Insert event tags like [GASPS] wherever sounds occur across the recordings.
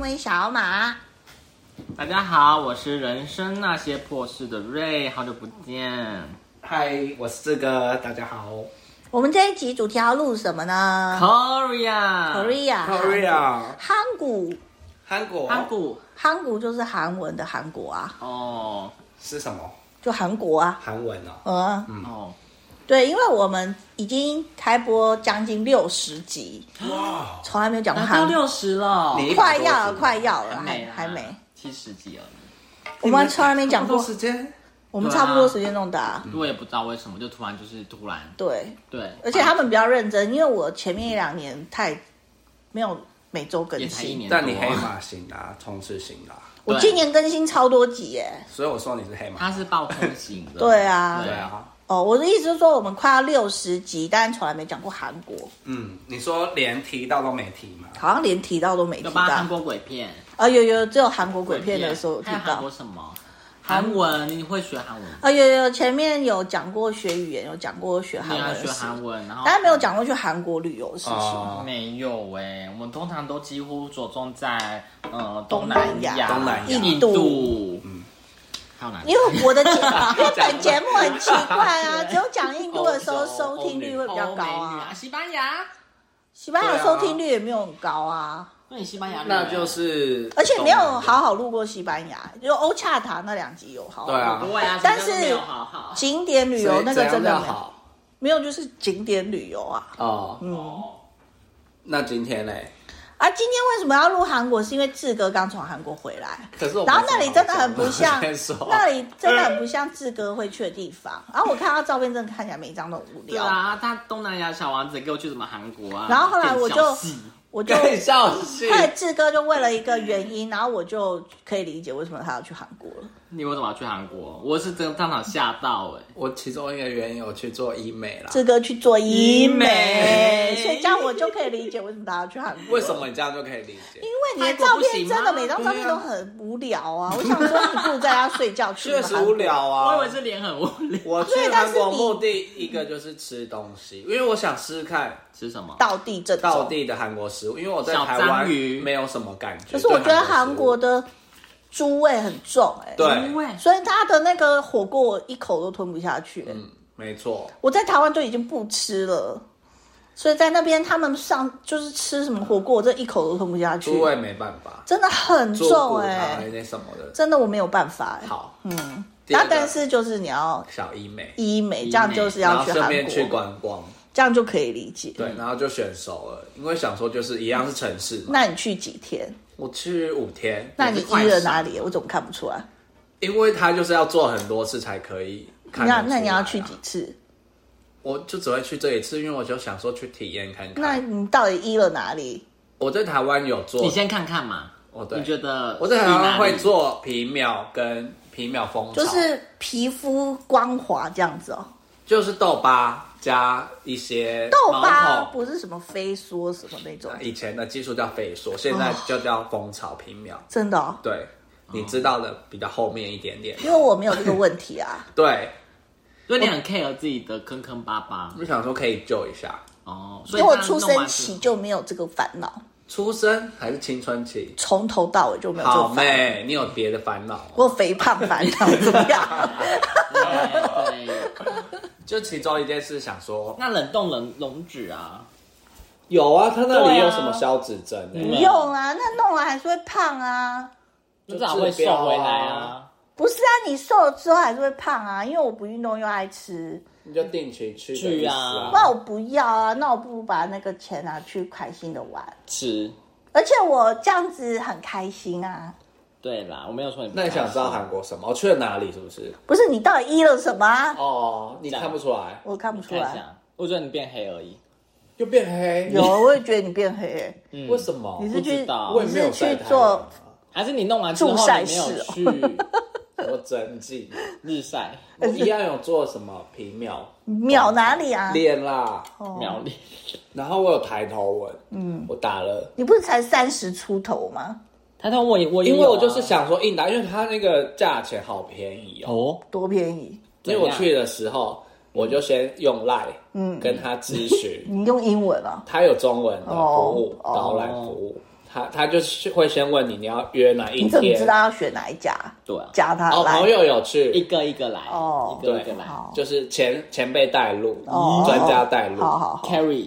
为小马。大家好，我是人生那些破事的瑞，好久不见。嗨，我是这个，大家好我们这一集主题要录什么呢 Korea， ？Korea， ，Korea，韩啊国，韩国，韩国韩国就是韩文的韩国啊，哦是什么？就韩国啊。韩文哦，嗯，哦，对，因为我们已经开播将近六十集，哇，从来没有讲过拿到韩，六十了，你快要了，你快要了，啊没还还啊没。七十几而已。我们从来没讲多过，时间，我们对啊差不多时间弄的啊。我也不知道为什么，就突然就是突然对，对，而且他们比较认真，因为我前面一两年太没有每周更也才一新，年多，但你黑马型啦，冲刺型啦，我对今年更新超多集耶。所以我说你是黑马他，啊是爆红型的， [LAUGHS] 对啊对啊，哦，我的意思是说，我们快要六十集，但从来没讲过韩国，嗯，你说连提到都没提吗？好像连提到都没提有到。吧？韩啊、国鬼片，有有，只有韩国鬼片的时候有提还有韩到国。什么？韩文，你会学韩文吗？啊，有有，前面有讲过学语言，有讲过学韩你要文的学事，韩文，然后但是没有讲过去韩国旅游的事情。哦没有哎、我们通常都几乎着重在呃东南南亚东南亚印印度度，嗯，还有哪里因？为我的节因为本节目很奇怪啊， [LAUGHS] 只有讲印度的时候欧洲收听率会比较高欧美女啊，西班牙，西班牙对啊收听率也没有很高啊，那啊你西班牙人那就是，而且没有好，好录过西班牙，就欧恰塔那两集有好好录对啊对啊，但是真的没有好好景点旅游那个真的没有，好没有就是景点旅游啊。哦。嗯那今天嘞，啊，今天为什么要录韩国？是因为志哥刚从韩国回来，可是我然后那里真的很不像，我先说那里真的很不像志哥会去的地方。然后我看他照片，真的看起来每一张都很无对聊。啊，他东南亚小王子给我去什么韩国啊？然后后来我就更小气我就更笑戏，后来志哥就为了一个原因，然后我就可以理解为什么他要去韩国了。你为什么要去韩国？我是真的当场吓到哎、我其中一个原因我去做医美啦。志哥去做医美医美，所以这样我就可以理解为什么他要去韩国。为什？么你这样就可以理解？因为你泰的国照不片行真吗的每张照片都很无聊啊！我想说，你不如在家睡觉去。 [LAUGHS] 确实无。聊啊。 [LAUGHS] 我以为是脸很无聊，我去韩国目的一个就是吃东西，因为我想试试看吃什么？到地震，道地的韩国食物，因为我在小台章湾鱼没有什么感觉。可是我觉得对韩国食物的猪味很重、哎，对因为所以它的那个火锅我一口都吞不下去、哎嗯，没错，我在台湾就已经不吃了，所以在那边他们上就是吃什么火锅，我这一口都吞不下去，猪味没办法，真的很猪重骨哎、汤那什么的。真的我没有办法哎、好，嗯，第那二个但是就是你要小医美，医美，医美这样就是然要后去顺韩便去国，嗯观光，这样就可以理解。对，然后就选熟了，因为想说就是一样是城市嘛。那你去几天？我去五天，那你我是快医了闪哪？里？我怎么看不出来？因为他就是要做很多次才可以看得那出那你要来啊去几次？我就只会去这一次，因为我就想说去体验看看。那你到底医了哪里？我在台湾有做，你先看看嘛。哦对你觉得我在台湾会做做皮秒跟皮秒蜂巢，就是皮肤光滑这样子哦，就是痘疤加一些痘疤毛孔哎不是什么飞梭什么那种，以前的技术叫飞哦梭，现在就叫蜂巢皮秒。真的哦，对，你知道的比较后面一点点。。因为我没有这个问题啊 [LAUGHS] 对，所以你很 care 自己的坑坑巴巴我想说可以救一下。哦，所因以为我他出弄生完期之就没有这个烦恼，出生还是青春期？从头到尾就没有这好个烦恼。妹，你有别的烦恼吗？我肥胖烦恼怎么 [LAUGHS] 样？后，对对就其中一件事想说，哎那冷冻冷溶脂啊，有啊，他那对里啊有什么消脂针、欸？不用啊，那弄完还是会胖啊。就就至少会瘦回来治标啊啊。不是啊，你瘦了之后还是会胖啊，因为我不运动又爱吃，你就定期去的去意思啊那我不要啊，那我不如把那个钱拿去开心的玩，吃，而且我这样子很开心啊。对啦，我没有说你不那开你心。想知道韩国什么？我去了哪里？是不是？不是你到底医了什么啊？哦，你看不出来，我看不出看一来。下，我觉得你变黑而已。又变黑，有，我也觉得你变黑欸、嗯为什么？你不是知去道我也你没有是去晒太阳做啊还是你弄完之后助晒你没有式哦去我 [LAUGHS] 针剂，日晒我一样有做什么皮秒秒哪里啊？脸啦，嗯哦苗栗，然后我有抬头纹，嗯，我打了，你不是才三十出头吗？抬头我也我也因为有啊我就是想说硬打，因为它那个价钱好便宜哦，哦，多便宜！所以我去的时候我就先用赖，嗯，跟他咨询，你用英文啊？他有中文的服务哦导览服务，他他就是会先问你你要约哪一你怎么天知，道要选哪一家？对啊，加他哦，来。朋友有一去，个一个来，哦一个一个来。好就是前前辈带路哦，专家带路，好好好， Carry，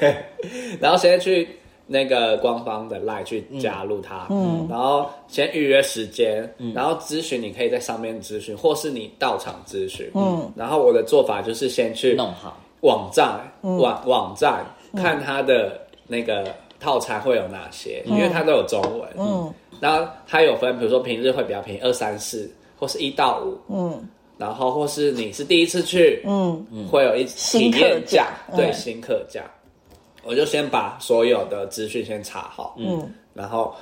[LAUGHS] 然后先去那个官方的 line 去加入他，嗯，然后先预约时间，嗯然后咨询你可以在上面咨询，或是你到场咨询，嗯，然后我的做法就是先去弄好网站网网站看他的那个套餐会有哪些，因为它都有中文，嗯，然后它有分，比如说平日会比较便宜，二三四或是一到五，嗯然后或是你是第一次去，嗯，会有一体新客验价，价对嗯新客价，我就先把所有的资讯先查好，嗯，然后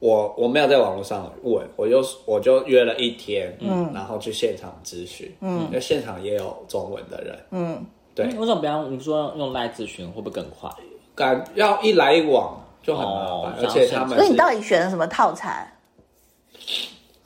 我我没有在网络上问，我就我就约了一天，嗯，然后去现场咨询，嗯，因为现场也有中文的人，嗯，对为什么不要用你说用用赖咨询会不会更快？感要一来一往就很麻哦烦，而且他这们所以是你到底选了什么套餐？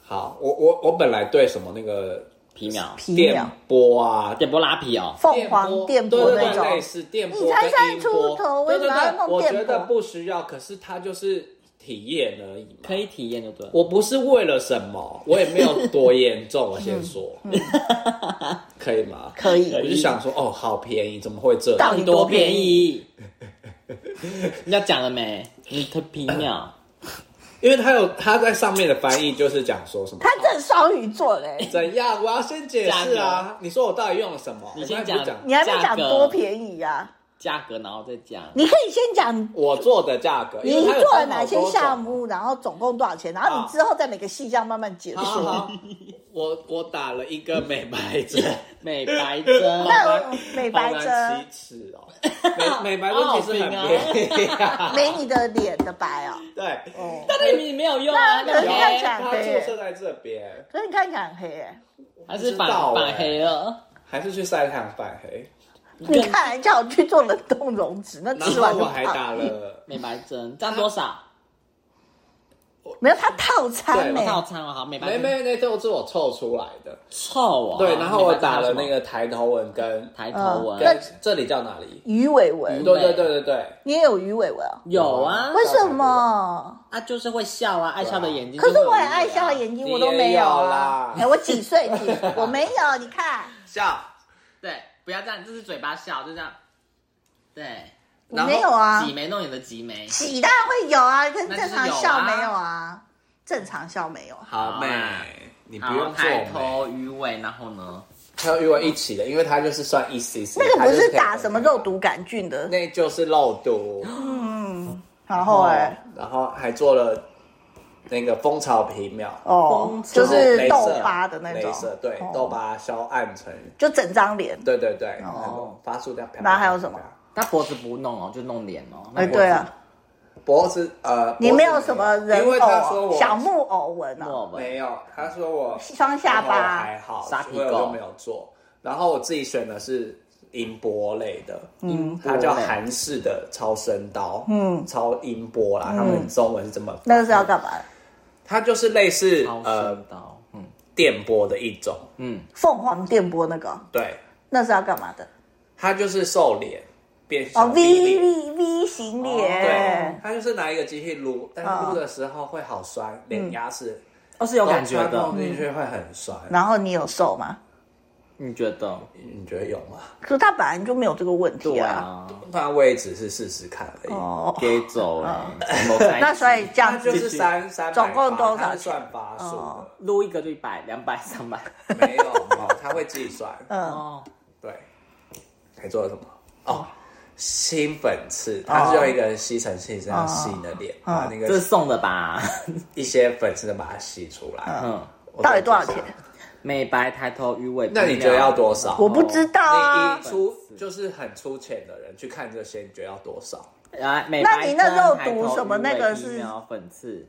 好，我我我本来对什么那个皮秒、皮电秒、波啊。电波拉皮哦，凤凰电波对那对对类种，似电波你才跟三音出波头为什对对么要对弄我电觉得波不需要，可是它就是体验而已嘛。可以体验就对了。我不是为了什么，我也没有多严重，我先说， [LAUGHS] 可以吗？嗯可以我就想说，哦，好便宜，怎么会这到样？底你多多便便宜？宜？ [LAUGHS] 你要讲了没？你的皮秒，因为他有他在上面的翻译就是讲说什么他。这双鱼座嘞，怎样？我要先解释啊！你说我到底用了什么？你先我刚讲才不讲你还没价讲格多便宜呀、啊？价格然后再讲。你可以先讲我做的价格，你因为它有做了参考哪些多种啊项？目，然后总共多少钱，然后你好之后再每个细项慢慢解好说。好好，我我打了一个美白针，美白针，那我美白好针难启齿哦，美美白针其实很好好便宜啊，没你的脸的白哦， [LAUGHS] 对，哦，但是你没有用啊，那个你要黑讲它注射在这边，可是你看起来很黑耶，还是不知道反欸反黑了？还是去晒太阳反黑，你看来叫我去做冷冻溶脂，那然吃完后就我还打胖。了，美白针，这样多少？啊没有，它套餐对呢我，套餐哦，好，美白没针没那都是我凑出来的，臭哦。对，然后我打了那美白个抬头纹跟针还有什么抬头嗯那纹，跟这里叫哪里？鱼尾纹对，尾对对对对，你也有鱼尾纹哦？有啊，为什么？啊，就是会笑啊，爱笑的眼睛可就会是有鱼尾我啊。也爱笑的眼睛，你我都没也有啊啦。哎，我几岁？几 [LAUGHS] 我没有，你看笑，对，不要这样，这是嘴巴笑，就这样。对，我然后没有啊，挤眉弄眼的挤眉。挤当然会有啊，跟正常笑那就是没有有啊，正常笑没有啊。好美好啊，你不好，用做抬美，头鱼尾，然后呢？还有与我一起的，因为它就是算一 cc，那个它不就是可以打什么肉毒杆菌的，那就是肉 [GASPS] 毒。嗯，然后哎，然后还做了那个蜂巢皮秒，哦，就是痘疤的那种镭射，对哦，痘疤消暗沉，就整张脸，对对对，哦发出这样。那还有什么？他脖子不弄哦，就弄脸哦。那哎，脖子对啊，，脖子呃，你没有什么人因为他说偶啊我小木偶纹木偶哦，纹没有，他说我双下我巴还好，沙皮所以我狗就没有做。然后我自己选的是音波类的，嗯它叫韩式的超声刀，嗯超音波啦，他们中文是这么，那个是要干嘛？它就是类似超呃声刀，嗯电波的一种，嗯，凤凰电波那个，对，那是要干嘛的？它就是瘦脸变小哦，V 臂力 V V 型对脸，，它就是拿一个机器撸，但是撸的时候会好嗯酸，脸颊是哦是有感觉穿的碰，进去会很酸。然后你有瘦吗？你觉得？嗯你觉得有吗？可是他本来就没有这个问题对啊，啊，那我也只是试试看而已。哦，给走欸了。那所以这样它子就是三三百总共多少它是钱算发数哦的，撸一个就一百、两百、三百。没有，哦它会计算。嗯，哦， [LAUGHS] 对，还做了什么？哦，吸粉哦刺，它是用一个吸尘器这样吸你的脸，把那这是个送的吧？一些粉刺的把它吸出来。嗯，我到底多少做钱了？美白、抬头、鱼尾。那你觉得要多少？我不知道啊哦你以。粗就是很粗浅的人去看这些，你觉得要多少？来，哎美那白你针那肉抬头毒什么鱼那尾个疫是苗粉刺，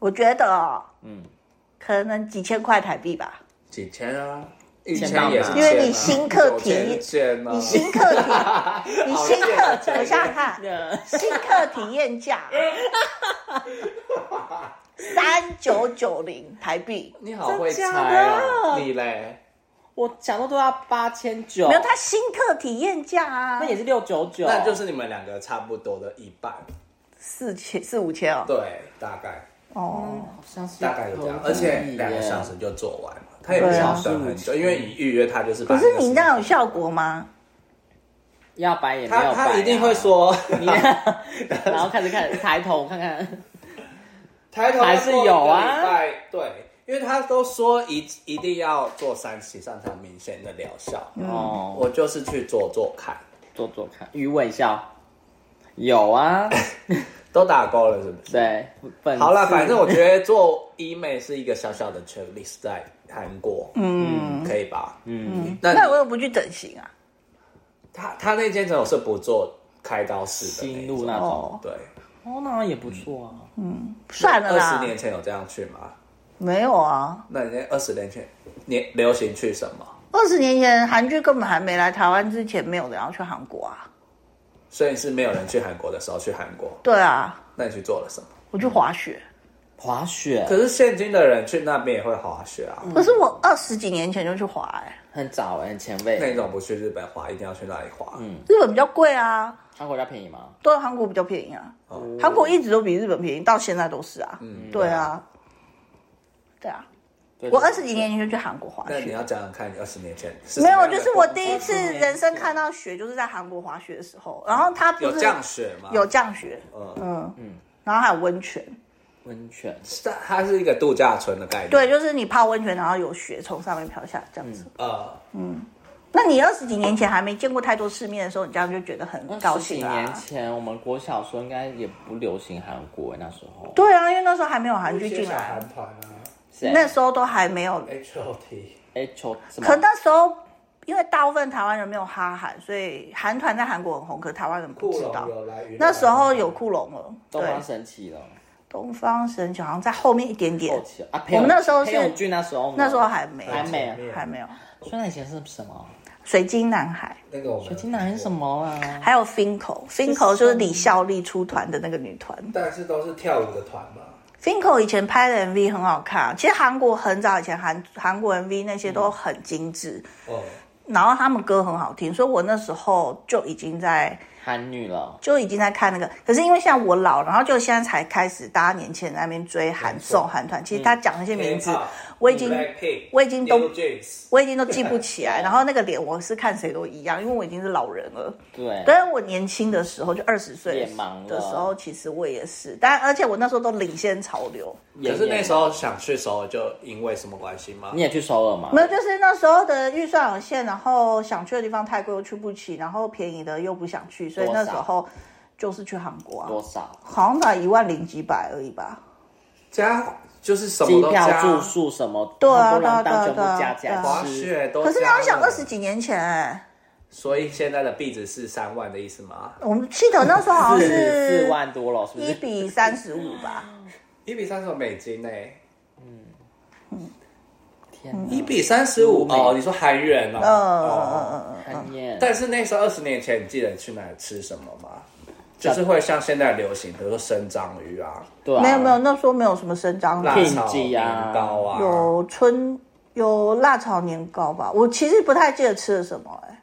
我觉得哦，嗯，可能几千块台币 [LAUGHS] 吧。几千啊？一千千也到是哪千啊因为你新客体九千啊你新客体， [LAUGHS] 你新客，好贱啊我想想看，新客体验 [LAUGHS] 价三九九零台币，你好会猜真假啊！的你嘞？我想说都要八千九，没有，它新客体验价啊那，也是六九九，那就是你们两个差不多的一半，四千四五千哦，对，大概哦，嗯好像是大概有这样，可以而且耶两个小时就做完了，他也不需要等很啊久，因为你预约他就是可把那是个时间。你这样有效果吗？要摆也没有摆、他啊，他一定 [LAUGHS] 会说， [LAUGHS] 你，然后开始看抬头看看，抬头还是有啊过一个礼拜，对，因为他都说一一定要做三期，上才有明显的疗效。嗯哦，我就是去做做看，做做看，鱼尾笑，[LAUGHS] 有啊，都打勾了是不是？对，粉好了，刺反正我觉得做医美是一个小小的 checklist 在韩国，嗯，可以吧？嗯，那那你我又不去整形啊？他他那间诊所是不做开刀式的心种路那种，哦，对，哦，那也不错啊，算了二十啦，年前有这样去吗？没有啊，那你二十年前你流行去什么？二十年前韩剧根本还没来台湾之前，没有人要去韩国啊。所以是没有人去韩国的时候去韩国，对啊，那你去做了什么？我去滑雪，滑雪可是现今的人去那边也会滑雪啊，嗯可是我二十几年前就去滑、哎，很早很前那卫，你怎么不去日本滑？一定要去那里滑？嗯，日本比较贵啊，韩国家便宜吗？对，韩国比较便宜啊，哦韩国一直都比日本便宜，到现在都是啊，嗯对啊，对啊，对我二十几年前就去韩国滑那你雪，要讲讲看你二十年前是没什么有，样的就是我风第一次人生看到雪就是在韩国滑雪的时候，然后它不嗯有是降雪吗？有，降雪，嗯，嗯嗯，然后还有温泉，温泉它它是一个度假村的概念，对，，就是你泡温泉，然后有雪从上面飘下来这样子。呃，那你二十几年前还没见过太多世面的时候，你这样就觉得很高兴啊十几年啦。前，我们国小时候应该也不流行韩国欸那时候，对啊，因为那时候还没有韩剧去进来，团啊谁那时候都还没有。 ，H O T， H O 什么可那时候，因为大部分台湾人没有哈韩，所以韩团在韩国很红，可台湾人不知道。来那时候有库龙了，东对方，神起了，东方神起好像在后面一点点后，期了啊，我们那时候是裴勇俊那时候吗那时候还没有，还没有还没有。所以那以前是什么？水晶男孩，那个我们水晶男是什？么啊？还有 Finko，Finko 就是李孝利出团的那个女团。但是都是跳舞的团嘛， Finko 以前拍的 MV 很好看，啊其实韩国很早以前韩韩国 MV 那些都很精致，哦，然后他们歌很好听，所以我那时候就已经在韩女了，就已经在看那个。可是因为现在我老，然后就现在才开始大家年轻人在那边追韩颂、韩团，嗯其实他讲那些名字，我已经我已经都我已经都记不起 [LAUGHS] 来，然后那个脸我是看谁都一样，因为我已经是老人了。对，但是我年轻的时候，就二十岁脸盲了的时候，其实我也是，但而且我那时候都领先潮流。妍可妍是那时候想去首尔，就因为什么关系吗你？也去首尔吗？没有，就是那时候的预算有限，然后想去的地方太贵又去不起，然后便宜的又不想去，所以那时候就是去韩国啊，多少？好像打一万零几百而已吧。加就是什机么都票、加，住宿什么，对啊全部让对啊当全部对啊加对啊加滑吃，雪都加可了。是你要想二十几年前、哎，所以现在的币值是三万的意思吗？我们记得那时候好像四是四万多了，是不一是？比三十五吧，一比三十美金呢、天嗯哪，一比三十五美哦，你说韩元哦。哦嗯，韩燕，但是那时候二十年前，你记得你去哪里吃什么吗？就是会像现在流行，比如说生章鱼啊、对啊，没有没有，那时候没有什么生长辣的， Pink 炒聘年鸡啊糕啊，有春有辣炒年糕吧，我其实不太记得吃了什么、哎。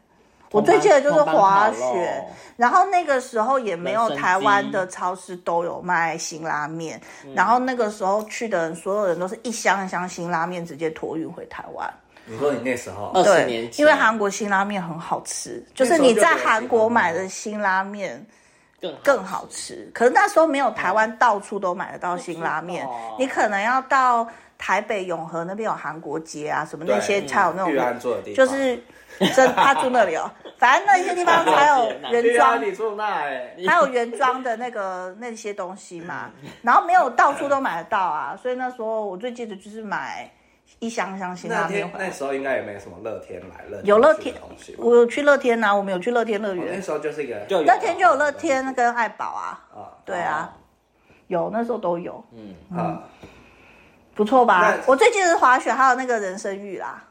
我最记得就是同班滑同班烤雪肉，然后那个时候也没有人参鸡台湾的超市都有卖辛拉面，嗯然后那个时候去的人，所有人都是一箱一箱辛拉面直接托运回台湾。你说你那时候二十对年，前，因为韩国辛拉面很好吃，就是你在韩国买的辛拉面更更好吃。可是那时候没有台湾到处都买得到辛拉面不知道，你可能要到台北永和那边有韩国街啊什么那些才有那玉安种，住的地方，就是真他住那里哦，反正那些地方才有原玉装 [LAUGHS] 安啊你住那哎、还有原装的那个那些东西嘛，然后没有到处都买得到啊，所以那时候我最记得就是买一箱箱辛那拉面天回那来。时候应该也没什么乐天来乐有乐去天的东西，吧我有去乐天呐、啊我们有去乐天乐我哦那园，时候就是一个就有乐天就有乐天跟爱宝啊，啊对啊，有那时候都有，啊，不错吧那？我最记得是滑雪，还有那个人参浴啦，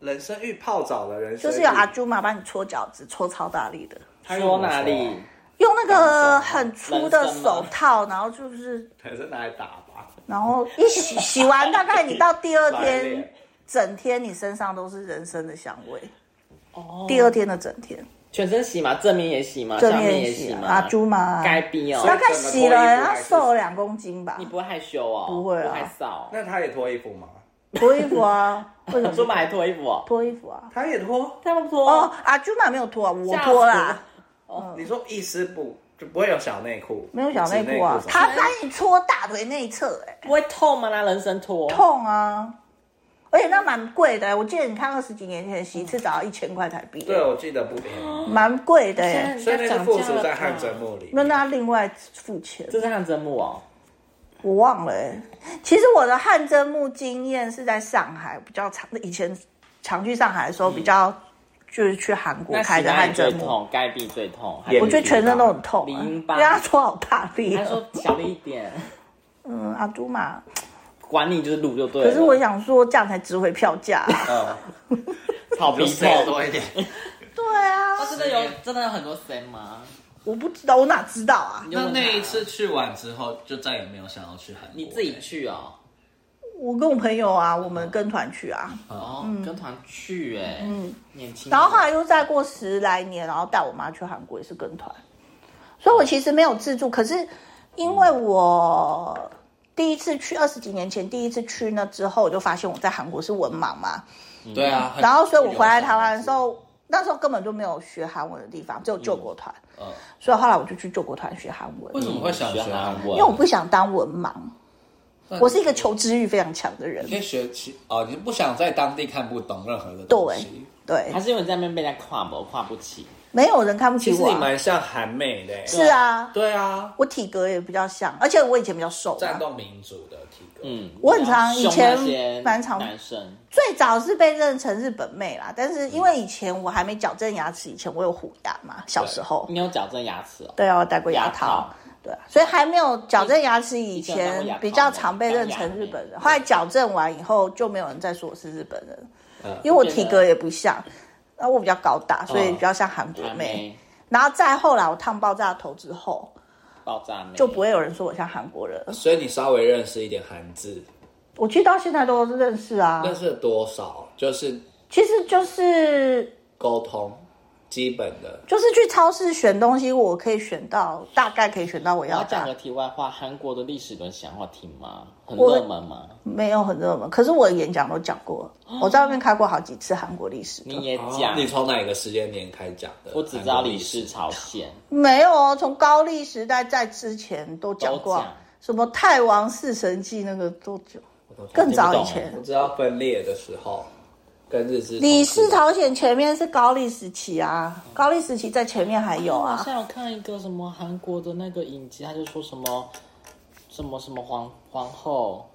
人生浴泡澡的人生就浴，是有啊阿朱嘛帮你搓脚趾，搓超大力的，他说哪里？用那个很粗的人参吗手套，然后就是还是拿来打吧。然后一洗洗完，大概你到第二 [LAUGHS] 甩天脸，整天你身上都是人参的香味。哦啊第二天的整天，全身洗嘛，正面也洗嘛，正上面也洗洗嘛，啊，猪嘛，该逼哦。大概洗了，所以整个脱衣服他还是瘦了两公斤吧你。不会害羞哦？不会啊不害臊。哦那他也脱衣服吗？脱衣服啊， [LAUGHS] 为什猪么妈还脱衣 [LAUGHS] 服哦？脱衣服啊？他也脱？他们脱哦，阿朱玛没有脱啊，我吓死脱啦，你说一丝不就不会有小内裤？嗯没有小内裤啊只，他在搓大腿内侧，哎，不会痛吗？那人参脱痛啊，而且那蛮贵的，我记得你看二十几年前洗一次澡要一千块台币，哎对，我记得不便宜。蛮贵的现在耶。所以那个附人家涨属在价了吧汗蒸幕里。那那另外付钱，这是汗蒸木哦。我忘了、欸。其实我的汗蒸木经验是在上海比较常，以前常去上海的时候比较、就是去韩国嗯那开洗的哪汗里最蒸木，痛？该闭最痛。眼我觉得全身都很痛、淋啊，因巴为他搓好大力他啊。说小了一点，嗯，阿朱嘛，管你就是卤就对了。啊可是我想说这样才值回票价、啊 [LAUGHS] 嗯，草皮比痛。多一点，对啊，真的有真的有很多 C 吗？我不知道，我哪知道啊？你就问他去完之后，就再也没有想要去韩国你自己去哦，我跟我朋友啊，我们跟团去啊，哦，跟团去哎，嗯，年轻人。然后后来又再过十来年，然后带我妈去韩国也是跟团，所以我其实没有自助，可是因为我第一次去二十几年前第一次去那之后，我就发现我在韩国是文盲嘛，对啊，很然后所以我回来台湾的时，候，那时候根本就没有学韩文的地方，只有救国团，嗯，所以后来我就去救国团学韩文，为什么会想学韩嗯因为我文？不想当文盲，那我是一个求知欲非常强的人你，可以学其哦，你不想在当地看不懂任何的东对西。对还，是因为你在那边被人家跨不跨不起，没有人看不起其实我你啊、蛮像韩妹的，欸是啊，对啊，我体格也比较像，而且我以前比较瘦、啊，战斗民族的体格，嗯，我很常凶以前那些蛮常男生，最早是被认成日本妹啦，但是因为以前我还没矫正牙齿以前，我有虎牙嘛，小时候，你有矫正牙齿哦，对啊，我戴过牙套，，对啊，所以还没有矫正牙齿以你以前有戴过牙前套，比较常被认成日本人。后来矫正完以后，就没有人再说我是日本人，因为我体格也不像，然后我比较高大，所以比较像韩国韩妹。妹然后再后来我烫爆炸头之后，爆炸妹就不会有人说我像韩国人。所以你稍微认识一点韩字，我其实到现在都认识啊，认识多少？就是其实就是沟通基本的，就是去超市选东西，我可以选到，大概可以选到我我要要讲个的，题外话，韩国的历史轮想话听吗？很我热门吗？没有很热门。可是我演讲都讲过，哦我在外面开过好几次韩国历史的。你也讲，啊你从哪个时间点开讲的？我只知道李氏朝鲜，没有哦，从高丽时代在之前都讲过啊都讲，什么太王四神记那个都讲，更早以前我。知道分裂的时候，跟日之李氏朝鲜前面是高丽时期啊，高丽时期在前面还有我好啊，像有看一个什么韩国的那个影集，他就说什么什么什么皇皇后，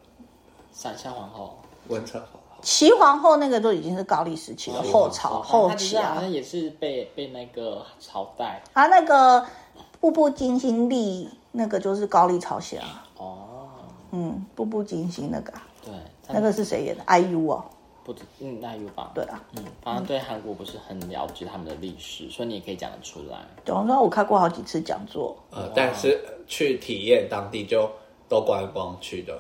闪下皇后文成好齐皇后那个都已经是高丽时期了，后朝后他只期是好啊像，也是被被那个朝代啊那个步步惊心历那个就是高丽朝鲜啊。哦，嗯，步步惊心那个啊、对，那个是谁演的？IU 哦，不止嗯，那有吧？对，啊。嗯，反正对韩国不是很了解他们的历史，所以你也可以讲得出来。总之，我开过好几次讲座，哦呃，但是去体验当地就都观光去的，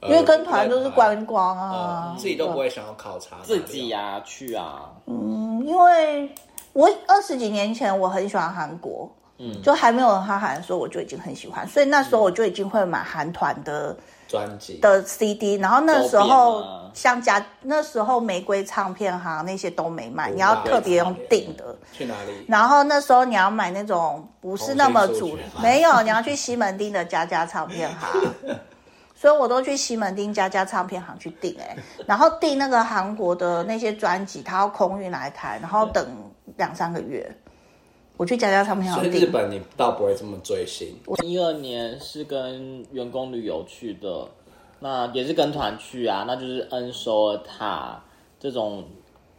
呃因为跟团都是观光啊。自己都不会想要考察啊自己、呀、去啊，嗯，因为我二十几年前我很喜欢韩国，嗯，就还没有人哈韩的时候，我就已经很喜欢，所以那时候我就已经会买韩团的专辑的 CD，然后那时周边啊候像家那时候玫瑰唱片行那些都没卖，你要特别用订的。去哪里？然后那时候你要买那种不是那么主红星数据没有，你要去西门町的家家唱片 [LAUGHS] 行，所以我都去西门町家家唱片行去订哎、然后订那个韩国的那些专辑，他要空运来台，然后等两三个月，我去家家唱片所行以日订。本你倒不会这么追星，一二年是跟员工旅游去的，那也是跟团去啊，那就是恩首尔塔这种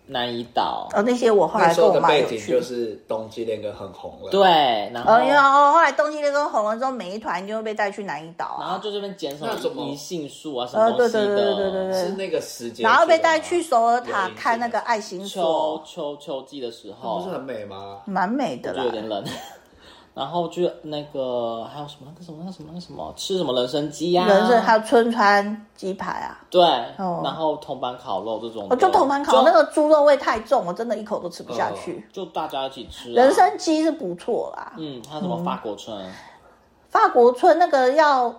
南怡岛，呃，那些我后那来时跟我候的妈背有景去。就是冬季恋歌很红了，对，啊然后、哦，因为哦，后来东西那跟红了之后，每一团就会被带去南一岛然啊，后就这边减少那什么银杏树啊，什呃么，东对西的，对对对对对是对，那个时节去的吗，然后被带去首尔有塔一定看那个的爱心秋锁，秋秋季的时哦不是候很美吗？蛮美的就啦。有点冷， [LAUGHS] 然后就那个还有什么那个什么那个什么那个什么吃什么人参鸡呀、人参还有春川鸡排啊，对，哦然后铜板烤肉这种我的，就铜板烤那个猪肉味太重，我真的一口都吃不下嗯哦去。就大家一起吃、啊、人参鸡是不错啦，嗯，还有什么法国村，法国村那个要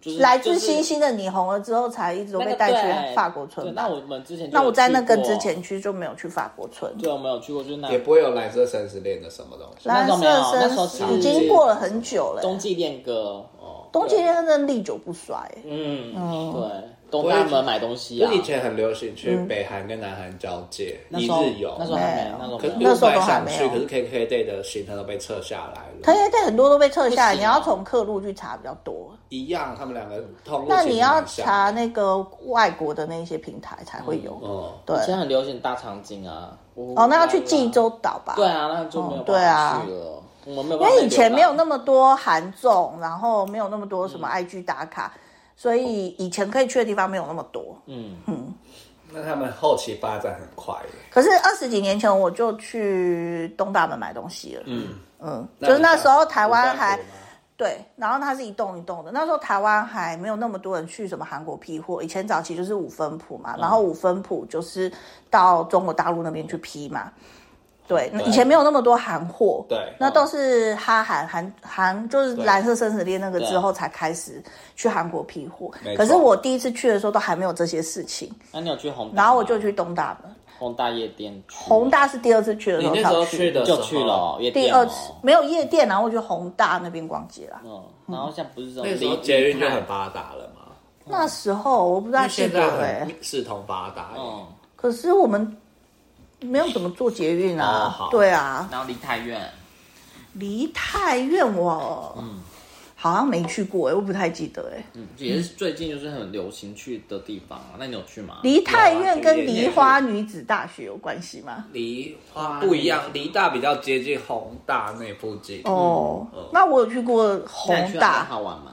就是来自嗯就是星星的你红了之后，才一直都那被个带对去法国村对吧。那我们之前就那我在那个有去过之，前去就没有去法国村，对，我们有去过，就是那也不会有蓝色生死恋的什么东西。蓝那时候没有啊色那时候是生已经过了很久了。冬季恋歌，哦，冬季真的历久不衰，嗯，哦对，东大门买东西就啊，以前很流行嗯去北韩跟南韩交界，那一时候日游。那时候还没没，有那时候可是没那有时候都还想没去，有可是 KKday 的行程都被撤下来了。它现在很多都被撤下来，不行啊你要从客路去查比较多。一样，他们两个通路那其你实要蛮像的查那个外国的那些平台才会有。哦，对，现在很流行大长今啊，哦哦，那要去济。州岛吧？对啊，那就没有哦对啊办法去了，我们没因有办法为以前没有留那么多韩综，然后没有那么多什么 IG 打卡，所以以前可以去的地方没有那么多。那他们后期发展很快耶。可是二十几年前我就去东大门买东西了，嗯嗯，就是你那时候有台湾办还过吗对，然后它是一栋一栋的，那时候台湾还没有那么多人去什么韩国批货，以前早期就是五分铺嗯嘛，然后五分铺就是到中国大陆那边去批嘛。对，那对以前没有那么多韩货，对那都是哈韩韩韩，就是对蓝色生死恋那个对之后才开始去韩国批货没。可是错我第一次去的时候都还没有这些事情，那你有去宏大吗？然后我就去东大门，宏大夜店去，宏大是第二次去的你时候那时候才去的时就候去了，哦夜第店哦二次没有夜店，然后我去宏大那边逛街啦。嗯，然后现在不是这种那时候离捷运就很，发达了嘛。那时候我不知道那记现得在哎、很四通八达耶，嗯，可是我们没有怎么做捷运哦啊，好对啊，然后离太远，离太院我、嗯好像没去过哎、我不太记得哎、嗯，也是最近就是很流行去的地方啊。那你有去吗？梨泰院跟有啊梨花女子大学有关系吗？离花不一样，离大比较接近宏大那附近。哦，嗯那我有去过那你宏去那边大，好玩吗？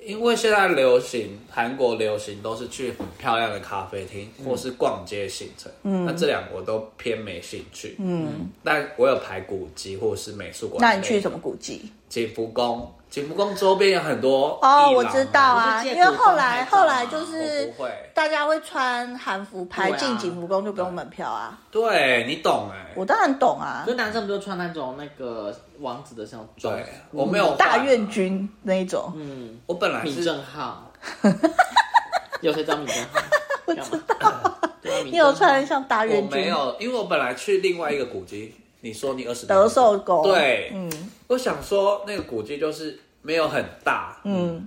因为现在流行韩国流行都是去很漂亮的咖啡厅或是逛街行程，嗯，那这两个我都偏没兴趣，嗯，但我有排古迹或是美术馆那类的。你去什么古迹？景福宫？景福宫周边有很多哦，艺廊我知道啊，你是因借为古后装来拍照啊后来就我是不会，大家会穿韩服拍对啊进景福宫就不用门票啊，对你懂哎、我当然懂啊可，是男生不就穿那种那个王子的像装对，我没有换大院，军那一种。嗯，我本来米是 [LAUGHS] 正浩，有谁知道米正浩？我知道，你有穿得像大我院军？没有，因为我本来去另外一个古迹，你说你二十德寿宫。对，嗯我想说那个古迹就是没有很大，嗯，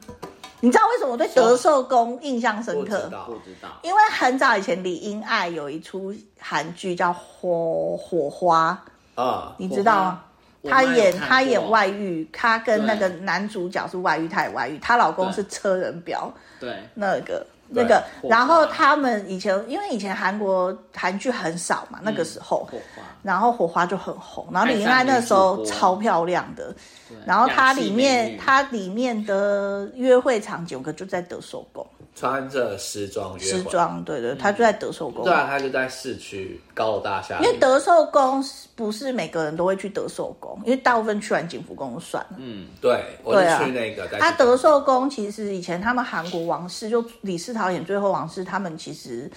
你知道为什么我对德寿宫印象深不知刻？道不知道，因为很早以前李英爱有一出韩剧叫《火火花》，啊、你知道吗？我妈她有演看过她演外遇，她跟那个对男主角是外遇，她也外遇，她老公是车人表对，那个。那对个，火花然后他们以前因为以前韩国韩剧很少嘛，那个时候，嗯火花，然后火花就很红，然后李英爱那时候超漂亮的，对然后它里两栖美面女它里面的约会场景，有个就在德寿宫穿着时装约时会，装，对嗯对，它就在德寿宫。对啊，他就在市区高楼大厦里，因为德寿宫是不是每个人都会去德寿宫，因为大部分去完景福宫就算了。嗯，对，我对啊是去那个，在他市德寿宫其实以前他们韩国王室，就李世桃演最后王室，他们其实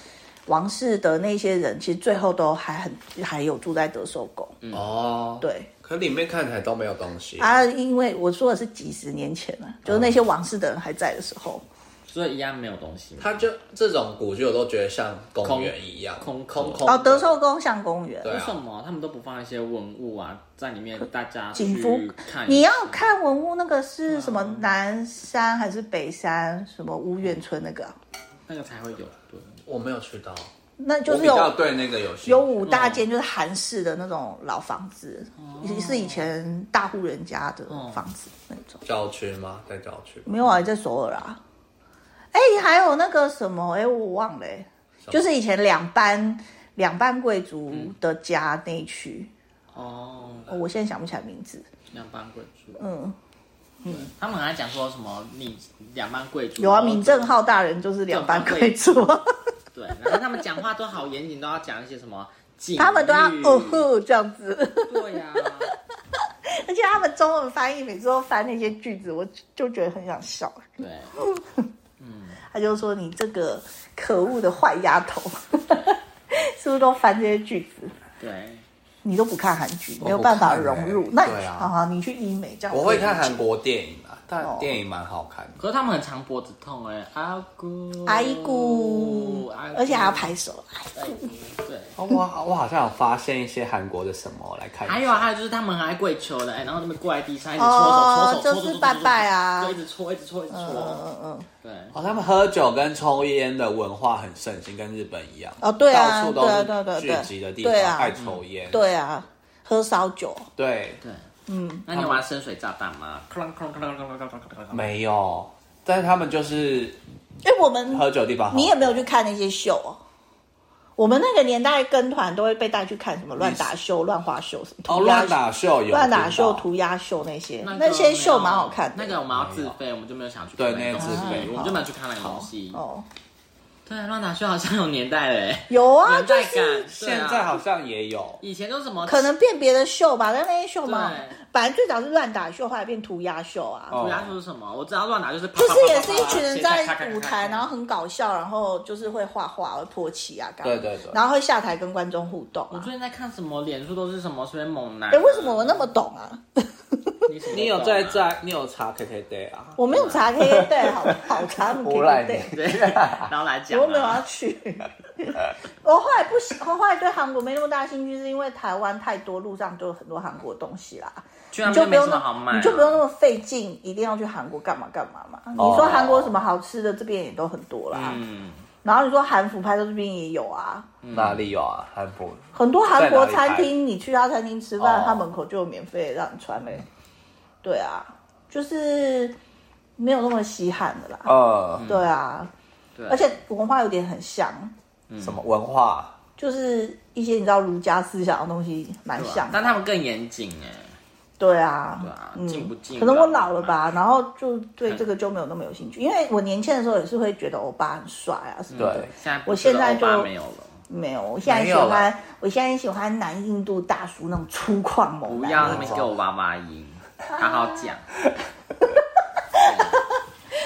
王室的那些人，其实最后都还很还有住在德寿宫。哦，，对，可里面看起来都没有嗯东西，啊，因为我说的是几十年前了、就是那些王室的人还在的时候。所以一样没有东西嘛。它就这种古迹我都觉得像公园一样，空空空的哦，德寿宫像公园。对为啊什么他们都不放一些文物啊在里面？大家景去福看一下，你要看文物那个是什么嗯南山还是北山什么乌苑村那个啊、那个才会有对。我没有去到，那就是我比较有对那个有兴趣有五大间，就是韩式的那种老房子，也是以前大户人家的房子那种。郊区吗？在郊区没有啊，在首尔啊。哎、还有那个什么，哎、我忘了、哎么就是以前两班两班贵族的家那一区、哦，哦我现在想不起来名字。两班贵族，嗯，他们还讲说什么你两班贵族有啊，然后闵正浩大人就是两班贵族。 [LAUGHS] 对，然后他们讲话都好严谨，都 [LAUGHS] 要讲一些什么警语，啊他们都要哦吼这样子，对呀、 [LAUGHS] 而且他们中文翻译每次都翻那些句子，我就觉得很想笑。对，他就说你这个可恶的坏丫头，是不是都翻这些句子？对，你都不看韩剧，我不没有办法看欸融入。那你对啊好好，你去医美这样。我会看韩国电影哦啊，但电影蛮好看的。可是他们很常脖子痛哎、阿姑，阿姨姑阿，姑而且还要拍手。哎对对。哦我我好像有发现一些韩国的什么，我来看一下。还有啊，还有就是他们还跪求的，哎，然后他们跪在地上一直搓手，哦搓手，搓手，就是搓手拜拜啊就一直搓，一直搓，一直搓，嗯嗯，对，哦，他们喝酒跟抽烟的文化很盛行，跟日本一样。哦对啊到处都对啊对啊是对啊聚集的地对方，啊爱抽烟。对啊，喝烧酒，啊对，对，嗯，那你有玩深水炸弹吗？哐啷哐啷哐啷哐啷哐啷哐啷哐啷没有，但是他们就是哎，我们喝酒的地方好。你也没有去看那些秀哦。我们那个年代跟团都会被带去看什么乱打秀、乱花秀什么哦，涂鸦乱打秀有乱打秀、听到涂鸦秀那些，那那个啊些秀蛮好看的。那个我们要自费，我们就没有想去看对那个那个东自西费我们就没有去看那个东西。哦，对，啊乱打秀好像有年代嘞，有啊，年就代感是。对现啊在好像也有。以前都是什么可能变别的秀吧，但那些秀嘛对，本来最早是乱打秀，后来变涂鸦秀啊。哦涂鸦就是什么？我知道乱打就是啪就啪是啪啪啪也啪是一群人啪啪啪在啪舞啪台，啪然后很搞笑，然后就是会画画、会泼漆啊，干嘛对对对然后会下台跟观众互动我啊。最近在看什么，脸书都是什么随便猛男。哎，为什么我那么懂啊？你什么都懂啊？你有在在，你有查 KK Day 啊？我没有查 K K 对， [LAUGHS] 好好查 K 胡来 K 对。对，然后来讲 [LAUGHS] 啊，我没有要去。 [LAUGHS] 我后来不喜，我后来对韩国没那么大兴趣，是因为台湾太多路上就有很多韩国东西啦，去那你就边不用没什么好那买，你就不用那么费劲，一定要去韩国干嘛干嘛嘛。你说韩国有什么好吃的，这边也都很多啦。哦嗯，然后你说韩服拍到这边也有啊，哪里有啊？韩国很多韩国餐在哪里厅，你去他餐厅吃饭，哦他门口就有免费让你穿嘞、对啊，就是没有那么稀罕的啦。呃，对啊，哦对而且文化有点很像。呃什么文化？就是一些你知道儒家思想的东西，蛮对啊像的。但他们更严谨哎，对啊，对啊嗯进不进可能我老了吧，然后就对这个就没有那么有兴趣，因为我年轻的时候也是会觉得欧巴很帅啊什么的。对，现在不我现在是了欧巴就没有了，没有，我现在喜没有欢，我现在喜欢南印度大叔那种粗犷猛不男。要那边给我娃娃音， [LAUGHS] 好好讲，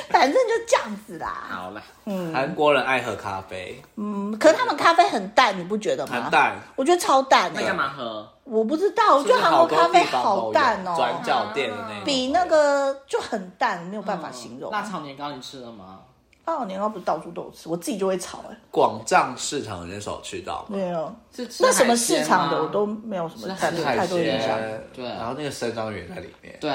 反正就这样子啦。好了，嗯韩国人爱喝咖啡，嗯，可是他们咖啡很淡，你不觉得吗？很淡，我觉得超淡、那干欸。嘛喝？我不知道，我觉得韩国咖啡好淡哦、转角店的那种比那个就很淡，没有办法形容。嗯辣炒年糕你吃了吗？辣炒年糕不是到处都有吃，我自己就会炒啊哎、广藏市场人手去到嘛，没有。是吃那什么海鲜市场的吗我都没有什么太海鲜太多印象。鲜对然后那个生章鱼也在里面，对。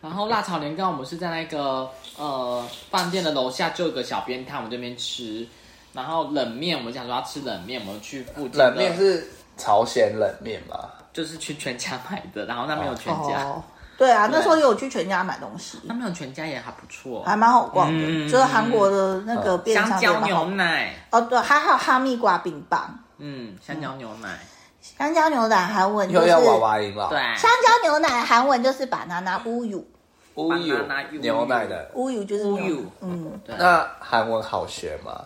然后辣炒年糕，我们是在那个呃饭店的楼下就有个小边摊，我们这边吃。然后冷面，我们想说要吃冷面，我们去附近的冷面是朝鲜冷面嘛？就是去全家买的，然后那边有全家，哦，对啊，对那时候有去全家买东西，那边有全家也还不错，还蛮好逛的，嗯就是韩国的那个便利香商店蕉蛮好牛。奶，哦，对，还有哈密瓜冰棒、嗯，香蕉牛奶，香蕉牛奶，韩文就又是要娃娃音了，对，，香蕉牛奶，韩文就是 banana uyu 乌有 Banana 牛奶的。 uyu 就是 Uyu 嗯，对，那韩文好学吗？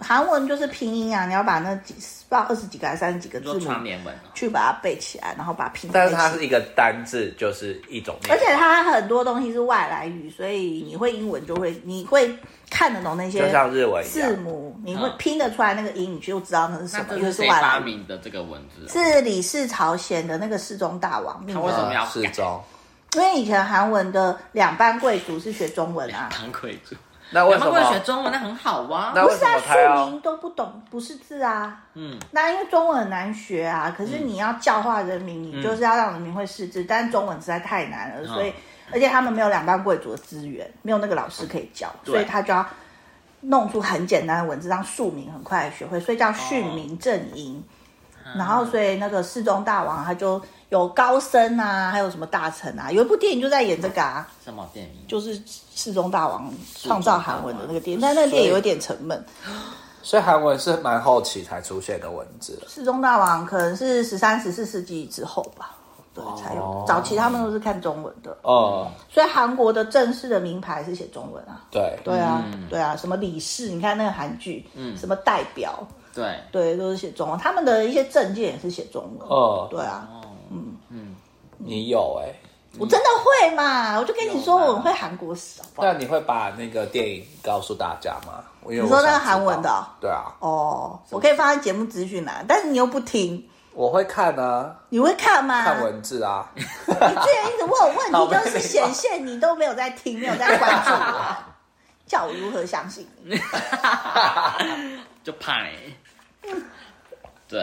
韩文就是拼音啊，你要把那几不知道二十几个还是三十几个你字说母窗帘纹哦，去把它背起来，然后把它拼在但一是起。它是一个单字，就是一种念而且它很多东西是外来语，所以你会英文就会，你会看得懂那些就像日文一字样。母，你会嗯拼得出来那个音，你就知道那是什那么，这因为是是谁外发来语。明的这个文字哦？是李氏朝鲜的那个世宗大王命为什名，么要嗯适中？因为以前韩文的两班贵族是学中文啊，唐奎主，那我为们什会学么？中文，那很好哇。那不为是什啊，么他要庶民都不懂，不是字啊。嗯，那因为中文很难学啊，可嗯是你要教化人民，你就是要让人民会识字，但中文实在太难嗯了，所以而且他们没有两班贵族的资源，没有那个老师可以教，对所以他就要弄出很简单的文字，让庶民很快学会，所以叫庶民阵营。哦然后，所以那个世宗大王他就有高僧啊，还有什么大臣啊，有一部电影就在演这个啊，什么电影？就是世宗大王创造韩文的那个电影，但那个电影有点沉闷。所以韩文是蛮后期才出现的文字。世宗大王可能是十三、十四世纪之后吧，对，才有。早期他们都是看中文的，哦，所以韩国的正式的名牌是写中文啊。对，对啊，嗯对啊，什么李氏，你看那个韩剧，什么代表，对，对，都是写中文。他们的一些证件也是写中文。哦对啊，哦，你有哎，我真的会嘛，我就跟你说有啦我会韩国啊史，好不好？那你会把那个电影告诉大家吗？你你说那个韩文的哦对啊，哦，我可以放在节目资讯栏，但是你又不听，我会看啊，你会看吗？看文字啊。你之前一直问我 [LAUGHS] 问好题，没就是礼貌显现你都没有在听，没有在关注我，啊 [LAUGHS] 叫我如何相信你？就怕你。对。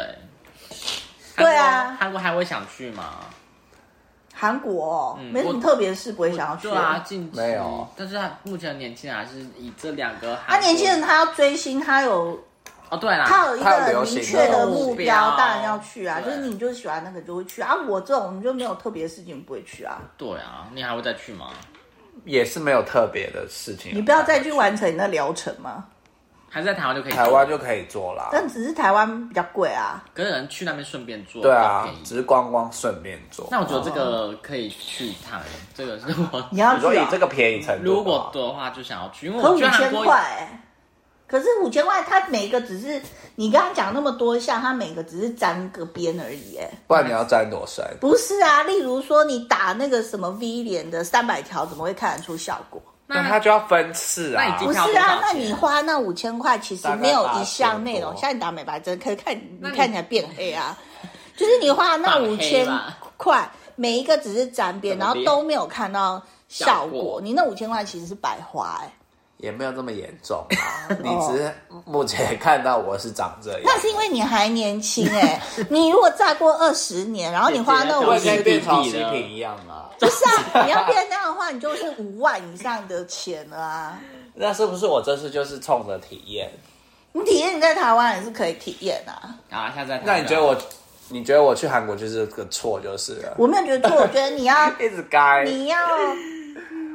对啊韩国韩国还会想去吗？韩国、哦嗯没什我么特别的事，不会想要去。对啊，近期没有但是他目前的年轻人还是以这两个韩国。他啊年轻人他要追星，他有哦，对啦，他有一他有个流明行的确的目目标标，当然要去啊。就对是你就是喜欢那个就会去啊。我这种就没有特别的事情不会去啊。对啊，你还会再去吗？也是没有特别的事情。你不要再去完成你的疗程嘛。还是在台湾就可以？台湾，就可以做啦。但只是台湾比较贵啊。可是有人去那边顺便做，对啊比较，便宜只是观光顺便做。那我觉得这个可以去一趟，这个是 [LAUGHS] 我你要你说去、以啊这，个便宜程度的话，如果多的话就想要去，因为可我五觉得韩千国块、欸。可是五千块，它每一个只是你刚刚讲那么多项，它每个只是沾个边而已、欸，不然你要沾多深？不是啊。例如说，你打那个什么 V 脸的三百条，怎么会看得出效果？那那他就要分次那已啊经不。是一条多啊少钱，那你花那五千块，其实没有一项内容。像你打美白针，可以看你看起来变黑啊， [LAUGHS] 就是你花那放五黑千吧 [LAUGHS] 块，每一个只是沾边，怎然么后变都没有看到效效果果。你那五千块其实是白花哎、也没有这么严重 [LAUGHS] 啊。你只是目前看到我是长这样，哦啊那是因为你还年轻 [LAUGHS] 哎、你如果再过二十年，然后你花那姐姐我五也千可以姐，变潮汐品一样啊。不是啊，你要变那样的话，你就是五万以上的钱了啊。那是不是我这次就是冲着体验？你体验你在台湾也是可以体验啊，啊，下次再谈那你觉得我？你觉得我去韩国就是个错就是了，我没有觉得错，我觉得你要一直该你要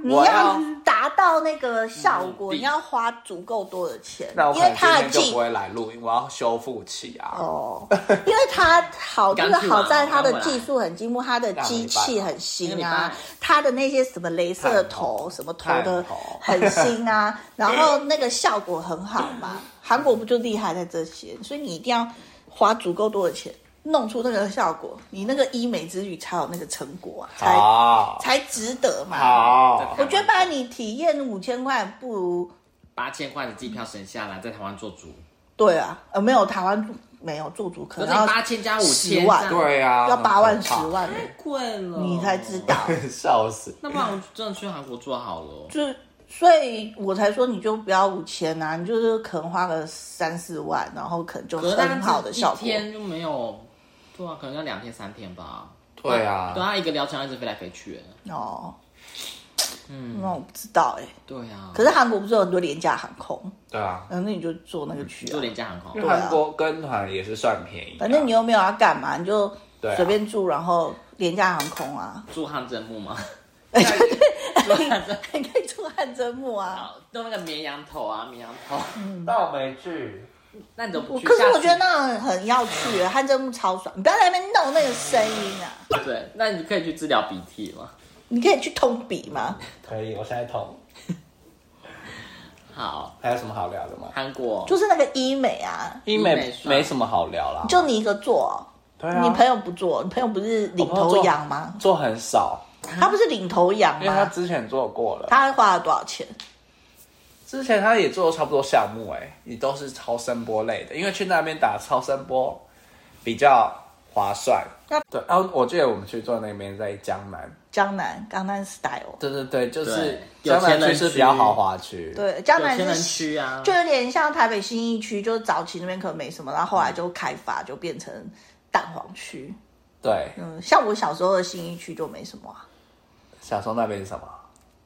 你我要要达到那个效果，嗯你要花足够多的钱那我，可因为能今它的天就技不会来录音，我要修复器啊。哦，因为它好刚就去是 [LAUGHS] 嘛好在它的刚回来技术很进步，它的机器很那新个礼啊拜，它的那些什么镭射头探头什么头的探头很新 [LAUGHS] 啊，然后那个效果很好嘛。韩国不就厉害在这些，所以你一定要花足够多的钱。弄出那个效果，你那个医美之旅才有那个成果啊，才好，才值得嘛。好，我觉得把你体验五千块，不如八千块的机票省下来，在台湾做主，对啊，呃，没有台湾没有做主，可可是能要八千加五10千，万对啊，要八万、很十可怕，万，贵了，你才知。道。 [LAUGHS] 笑死。那不然我真的去韩国做好了，就所以我才说你就不要五千啊，你就是可能花个三四万，然后可能就可是那很好的效一果。天就没有，对啊，可能要两天三天吧。对啊对啊，一个疗程要一直飞来飞去，哦，嗯，那我不知道哎、对啊。可是韩国不是有很多廉价航空，对啊，嗯，那你就坐那个去做啊。廉价航空因为韩国跟团也是算便宜啊，反正你又没有要干嘛，你就对啊随便住，然后廉价航空啊， [LAUGHS] 住汉正木吗？哎 [LAUGHS] 你可以住汗蒸木啊。啊弄那个绵羊头啊，绵羊头。但我没去，那你都不我去？嗯可是我下次觉得那种很要去，汗蒸木超爽。你不要在那边弄那个声音啊！对，那你可以去治疗鼻涕嘛。你可以去通鼻吗？可以，我现在痛。好，还有什么好聊的吗？韩国就是那个医美啊，医美美算没什么好聊啦，就你一个做哦、对啊你朋友不做，你朋友不是领头羊吗？做很少，嗯他不是领头羊因为他吗？之前做过了，他花了多少钱？之前他也做了差不多项目、哎，你都是超声波类的，因为去那边打超声波比较划算那。对，然后我记得我们去做那边在江南，江南江南 style，对对对，就是对有江钱南人区区是比较豪华区，对，江有南千人是区啊，就有点像台北新一区，就是早期那边可能没什么，然后后来就开发就变成蛋黄区。对。嗯，像我小时候的新一区就没什么啊。小时候那边是什么？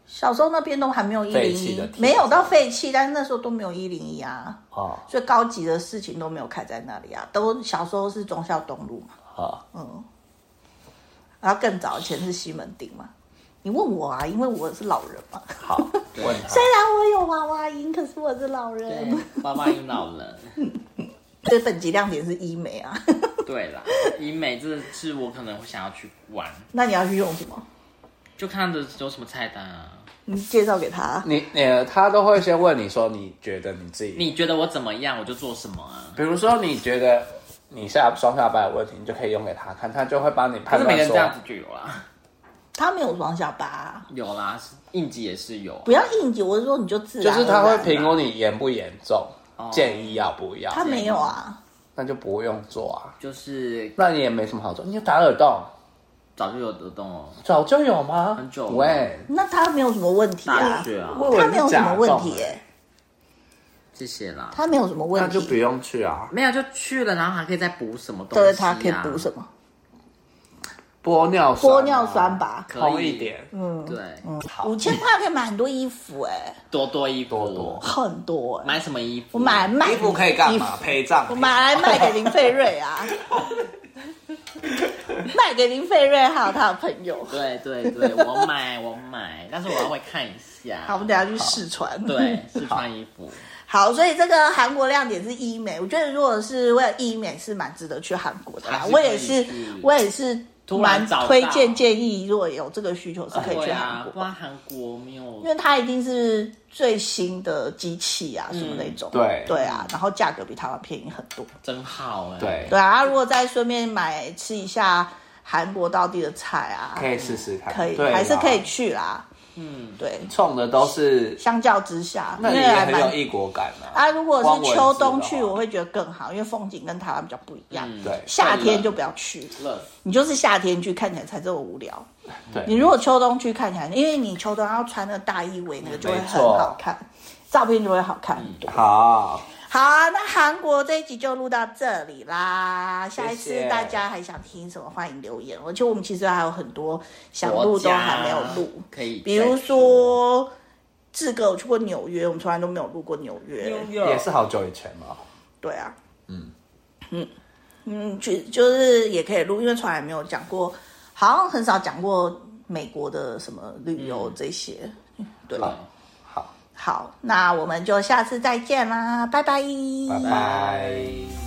小时候那边都还没有一废零弃一的，体没有到废弃，但是那时候都没有一零一啊，哦，所以高级的事情都没有开在那里啊。都小时候是忠孝东路嘛，好，嗯，然后更早以前是西门町嘛。你问我啊，因为我是老人嘛。 [LAUGHS] 好，问他虽然我有娃娃音，可是我是老人。对，爸爸有老人。所以本集亮点是医美啊， [LAUGHS] [LAUGHS] 对啦，以美这是我可能会想要去玩，那你要去用什么？就看着有什么菜单啊。你介绍给他。啊你，呃，他都会先问你说，你觉得你自己，你觉得我怎么样，我就做什么啊。比如说你觉得你下双下巴有问题，你就可以用给他看，他就会帮你可判是每断个人这样说子，就有啦，他没有双下巴啊、啊有啦，应急也是有。不要硬挤，我是说你就自就然而然。是他会评估你严不严重，建议要不要，哦他没有啊，那就不用做啊，就是那你也没什么好做，你就打耳洞，早就有得动哦，早就有吗？很久了喂，那他没有什么问题大啊学啊，他没有什么问题我以为是假中耶、谢谢啦。他没有什么那问就不题，用去啊，没有就去了，然后还可以再补什么东西、对啊？他可以补什么？玻尿酸啊玻尿酸吧，可以通一点，么？对，好五千块可以买很多衣服哎、多多衣服，多多很多哎、买什么欸衣服？啊我买来卖衣服可以干嘛？陪葬我买来卖给林费瑞啊，卖给林费瑞还有他的朋友。对对对，我买我买，但是我要会看一下。好，我们等一下去试穿。对，是穿衣服，好，所以这个韩国亮点是医美，我觉得如果是为了医美是蛮值得去韩国的啦还。是我可以也是去，我也是突然蛮找到推荐建议，如果有这个需求是可以对去啊韩，不国，然韩国没有因为它一定是最新的机器啊，什么那种。嗯对对啊，然后价格比台湾便宜很多。真好哎、对，对啊，如果再顺便买吃一下韩国道地的菜啊，可以试试看，可以，对啦还是可以去啦。嗯，对，冲的都是，相较之下，那你也因为还很蛮有异国感啊，啊，如果光文是字秋的冬话去，我会觉得更好，因为风景跟台湾比较不一样。嗯对夏天就不要去，乐你就是夏天去，看起来才这么无聊。对你如果秋冬去，看起来，因为你秋冬要穿那个大衣围，那个就会很好看，照片就会嗯好看很多。好，好啊，那韩国这一集就录到这里啦。下一谢次谢大家还想听什么，欢迎留言。而且我们其实还有很多想录都还没有录，国家可以再说，比如说志哥，我去过纽约，我们从来都没有录过纽约。也是好久以前了，对啊，嗯嗯嗯，就就是也可以录，因为从来没有讲过，好像很少讲过美国的什么旅游这些。嗯对，对，好，好，那我们就下次再见啦，拜拜，拜拜拜。